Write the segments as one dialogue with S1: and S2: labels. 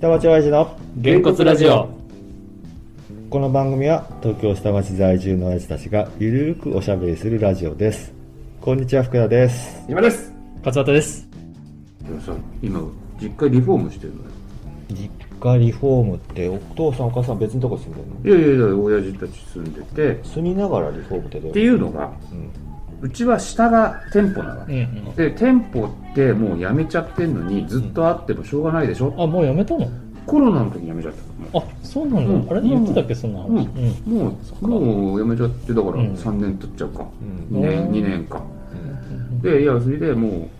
S1: 下町親父の
S2: げんこつラジオ
S1: この番組は東京下町在住の親父たちがゆるーくおしゃべりするラジオですこんにちは福田です
S3: 今です
S2: 勝俣です
S3: でもさ今実家リフォームしてるのよ
S1: 実家リフォームってお父さんお母さん別のとこ住んでるの
S3: いやいやいや親父たち住んでてっ
S1: 住みながらリフォームってどう
S3: ていうのが
S1: うん
S3: うちは下が店舗なわ
S2: うん
S3: け、
S2: うん
S3: で店舗ってもう辞めちゃってんのにずっとあってもしょうがないでしょ、
S2: あもうやめたの
S3: コロナの時に辞めちゃった
S2: あそうなの、
S3: うん
S2: あれ言ってたっけそんな話
S3: うん
S2: うん
S3: も
S2: か
S3: うもう辞めちゃってだから
S2: うん
S3: 3年経っちゃうか、
S1: うん
S3: 2
S2: う
S3: 年
S2: ん
S3: 2年か
S2: うん
S3: でいやそれでも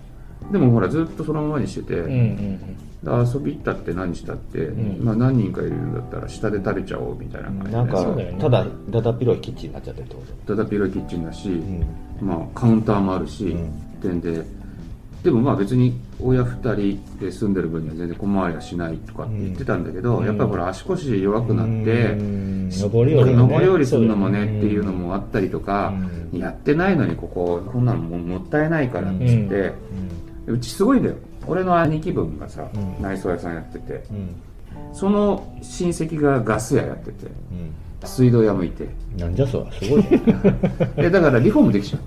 S3: うでもほらずっとそのままにしてて、
S2: うんうん
S3: 遊び行ったって何したって、
S2: うん
S3: まあ、何人かいるんだったら下で食べちゃおうみたいな感じで、
S1: なんか
S2: そうだよね
S1: ただだだ広いキッチンになっちゃってるってこと
S3: ただピロキッチンだし、
S1: うん
S3: まあ、カウンターもあるし、
S1: うん
S3: 点ででもまあ別に親2人で住んでる分には全然困りはしないとかって言ってたんだけど、
S2: うん
S3: やっぱりほら足腰弱くなって、
S1: うん
S3: し
S1: 上り
S2: よ
S1: 下
S2: り
S1: り
S2: も
S1: も
S2: ね
S3: 上り
S1: ね
S3: 下りするのもね
S1: そうだよね
S3: っていうのもあったりとか、
S1: うん
S3: やってないのにこここんなのももったいないからっつって、うちすごいんだよ俺の兄貴分がさ、
S1: うん
S3: 内装屋さんやってて
S1: うんうん
S3: その親戚がガス屋やってて
S1: う
S3: 水道屋もいて
S1: んなんじゃそらすごい ね
S3: でだからリフォームできちゃ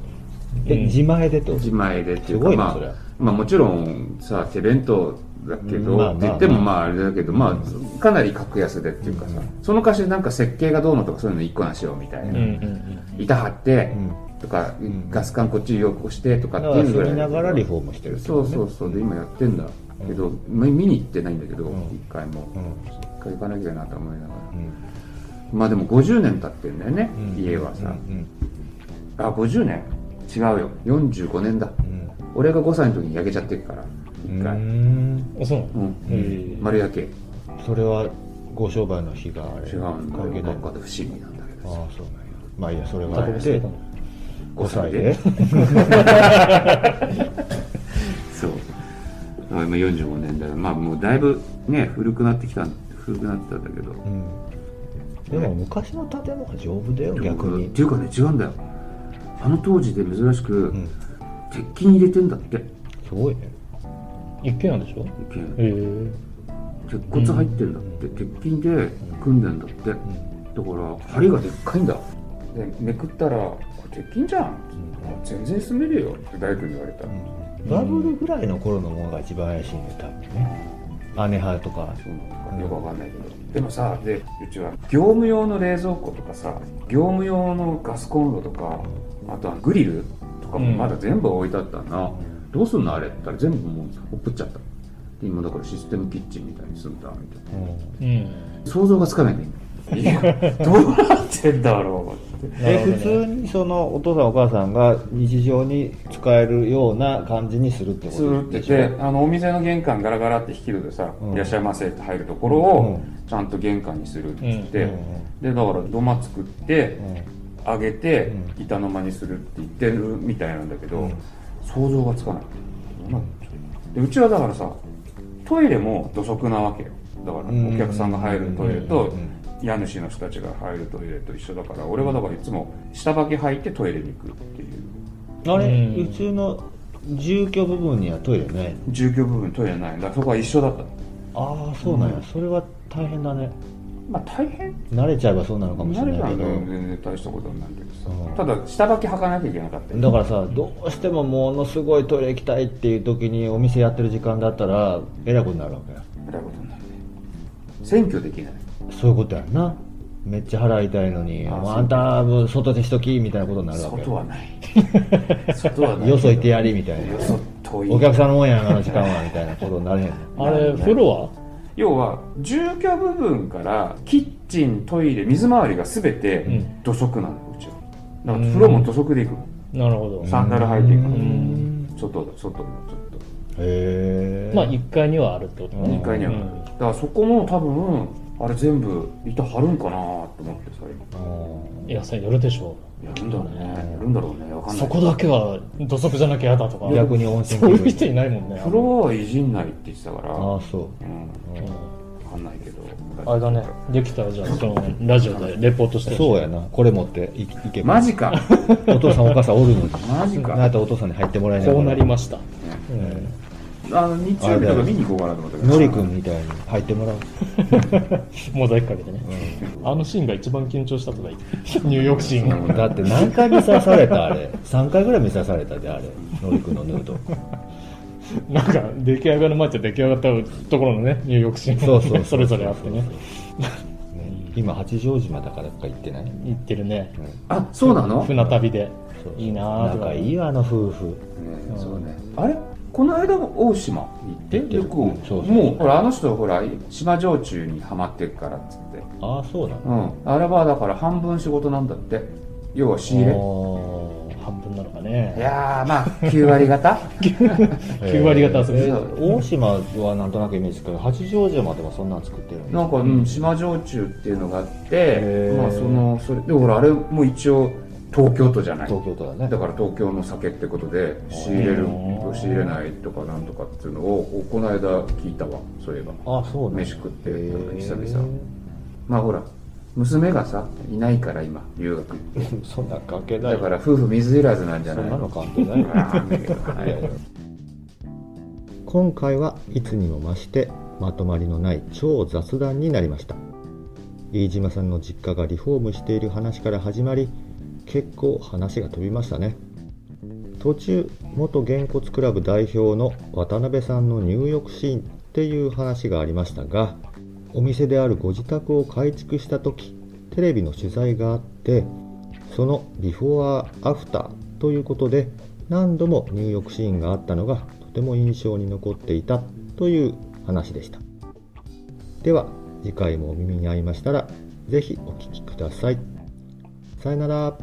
S3: う
S1: で自前でってこと
S3: 自前でってい
S1: す
S3: うか
S1: ごいね
S3: ま
S1: それは
S3: あ、まあもちろんさ手弁当だけど、
S1: うんまあまあ
S3: って言ってもまああれだけど、まあかなり格安でっていうかさ、その歌詞なんか設計がどうのとかそういうの一個なしようみたい
S2: うん
S3: な、
S2: うんうん
S3: 板張って、
S1: うん
S3: とか、
S1: ん
S3: ガス管こっちよく押してとか
S1: だ
S3: っ
S1: か
S3: て
S1: ら
S3: いうぐ
S1: 住
S3: らい
S1: みながらリフォームしてるって
S3: そ
S1: こ
S3: う
S1: とね
S3: そうそうで今やってんだけど、ま見に行ってないんだけど
S1: うん
S3: 一、回も
S1: うん
S3: 一回行かなきゃなと思いながら、
S1: うん
S3: まあでも50年経ってんだよね、
S1: うん
S3: 家はさ、
S1: うん
S3: あ50年違うよ45年だ
S1: うん
S3: 俺が5歳の時に焼けちゃってるから
S1: う
S3: 一回、
S1: ん
S2: あそうなの
S3: うん
S2: へえ
S3: 丸焼け違
S1: それはご商売の日があれ
S3: うんだ
S1: 関係
S3: よ
S1: な
S3: ないんかで不思議なんだけ
S1: ああ
S3: どさ
S1: そうなんやまあいいやそれが
S2: タ
S1: あ
S2: バコ
S1: っ
S2: 吸って
S1: て
S2: たの
S1: 5
S3: 5
S1: 歳
S3: 歳
S1: で
S3: でそうだから今45年だよまあもうだいぶね古くなってきた古くなってたんだけど
S1: うんでも昔の建物が丈夫だよ逆に
S3: っていうかね違うんだよあの当時で珍しく、
S1: ん
S3: 鉄筋入れてんだって
S1: すごいね
S2: 一軒家でしょへえ
S3: 鉄骨入ってんだって、鉄筋で組んでんだって、だから針がでっかいんだでめくったらこれ鉄筋じゃん、あ全然住めるよって大工に言われた、
S1: バブルぐらいの頃のものが一番怪しいんだよ多分ね姉派とか
S3: そうなのかよくわかんないけど、でもさでうちは業務用の冷蔵庫とかさ業務用のガスコンロとかあとはグリルとかもまだ全部置いてあったな、どうすんのあれって言ったら全部もうほっぽっちゃったで今だからシステムキッチンみたいに住んだみたいな
S2: うん
S3: 想像がつかないねいやどうなってんだろうって
S2: なる
S1: え
S2: ほどね
S1: 普通にそのお父さんお母さんが日常に使えるような感じにするってこ
S3: つる
S1: と
S3: って
S1: でしょ
S3: てあのお店の玄関ガラガラって引き戸でさ「
S1: うん
S3: いらっしゃいませ」って入るところをちゃんと玄関にするって言って、
S2: う
S3: でだから土間作って、
S1: うん
S3: 上げて
S1: う
S3: 板の間にするって言ってるみたいなんだけど、
S1: うん
S3: 想像がつかないでうちはだからさトイレも土足なわけよだから
S1: うん
S3: お客さんが入るトイレ
S1: うん
S3: と家主の人たちが入るトイレと一緒だから俺はだからいつも下履き履いてトイレに行くっていう
S1: あれ、
S2: うん
S1: うちの住居部分にはトイレないの
S3: 住居部分トイレないだからそこは一緒だった
S1: ああそうなんや、それは大変だね
S3: まあ大変
S1: 慣れちゃえばそうなのかもし
S3: 慣
S1: れ
S3: れ
S1: な
S3: た
S1: いけ
S3: んだ
S1: ど、
S3: よ全然大したことはないけど
S1: うん
S3: さただ下履き履かなきゃいけなかったよ
S1: だからさどうしてもものすごいトイレ行きたいっていう時にお店やってる時間だったらえらいことになるわけや
S3: えらいことになるね選挙できない
S1: そういうことやんなめっちゃ腹痛いのに「
S3: あー
S1: もう
S3: そう
S1: あんたもう外でしとき」みたいなことになるわけ
S3: 外
S1: よ
S3: はない 外はない
S1: よそ行ってやりみたいな
S3: よそ遠い
S1: お客さんのもんやんあの時間はみたいなことになれへんの
S2: あれ風呂は
S3: 要は住居部分からキッチントイレ水回りが全て
S2: うん
S3: 土足なのうちはだから風呂も土足で行く
S2: なるほど
S3: サンダル履いていくの
S2: うん
S3: 外だ外のちょっと
S1: へえ
S2: まあ一階にはあるってこと
S1: うん
S2: ね
S3: 2階にはあるだからそこも多分あれ全部板張るんかなと思ってさ
S2: いやそれやるでしょ
S3: 今やるんだろうねやるんだろうねわかんな
S2: そ
S3: い
S2: こだけは土足じゃなきゃ嫌だとか
S1: 逆に温泉
S2: そういう
S1: 気
S2: 人い
S1: 分
S2: ないもんね
S3: 風呂はいじんないって言ってたから
S1: ああそう
S2: うん
S3: うんわかんないけど
S2: あれだねできたらじゃあそのラジオでレポートして
S1: そうやなこれ持っていいけば
S3: マジか
S1: お父さんお母さんおるのに
S3: マジ か
S1: あなたお父さんに入ってもらえない
S2: こうなりました、
S3: ね
S2: うん
S3: あの日曜日とか見に行こうかなと思ったけど
S1: のりくんみたいに入ってもらう。
S2: モザイクかけてね。あのシーンが一番緊張したとか言って、ニューヨークシーンが。
S1: だって何回見さされたあれ。3回ぐらい見さされたであれ。のりくんのヌード。
S2: なんか、出来上がる前と出来上がったところのね、ニューヨークシーン
S1: そうそうう
S2: それぞれあってね。
S1: ね今、八丈島だからか行ってない、
S2: 行ってるね。
S3: あそうなの、ね
S2: 船旅で
S1: そう。
S2: いいなーと
S1: 仲
S2: か。
S1: いいよ、あの夫婦。
S3: そうねあれこの間も大島行って
S1: 行って
S3: よく
S1: うんそうそう
S3: もうほらあの人ほら島焼酎にハマってっからっつって
S1: ああ、そうなの
S3: うんあれはだから半分仕事なんだって要は仕入れ
S2: おー半分なのか
S3: い
S2: ね。
S3: やーまあ9割 方
S2: 9割方遊び
S1: え
S2: で
S1: ー
S2: す。
S3: そう
S1: 大島はなんとなくイメージですけど、八丈島でもそんなん作ってるんです
S3: なんか、うん、島焼酎っていうのがあって
S1: へー
S3: まあそのそれでほらあれも一応東京都じゃない
S1: 東京都だね。
S3: だから東京の酒ってことで仕入れる仕入れないとかなんとかっていうのをこの間聞いたわそういえば
S1: ああ、そうなの
S3: 飯食って
S1: へー
S3: 久々まあほら娘がさいないから今留学
S1: そんなん関係ない。
S3: だから夫婦水いらずなんじゃ
S1: そ
S3: ない
S1: んなの
S3: の
S1: 関係ない。
S3: はい
S1: いやいや今回はいつにも増してまとまりのない超雑談になりました飯島さんの実家がリフォームしている話から始まり結構話が飛びましたね途中元げんこつクラブ代表の渡辺さんの入浴シーンっていう話がありましたがお店であるご自宅を改築した時テレビの取材があってそのビフォーアフターということで何度も入浴シーンがあったのがとても印象に残っていたという話でしたでは次回もお耳に合いましたらぜひお聞きくださいさよなら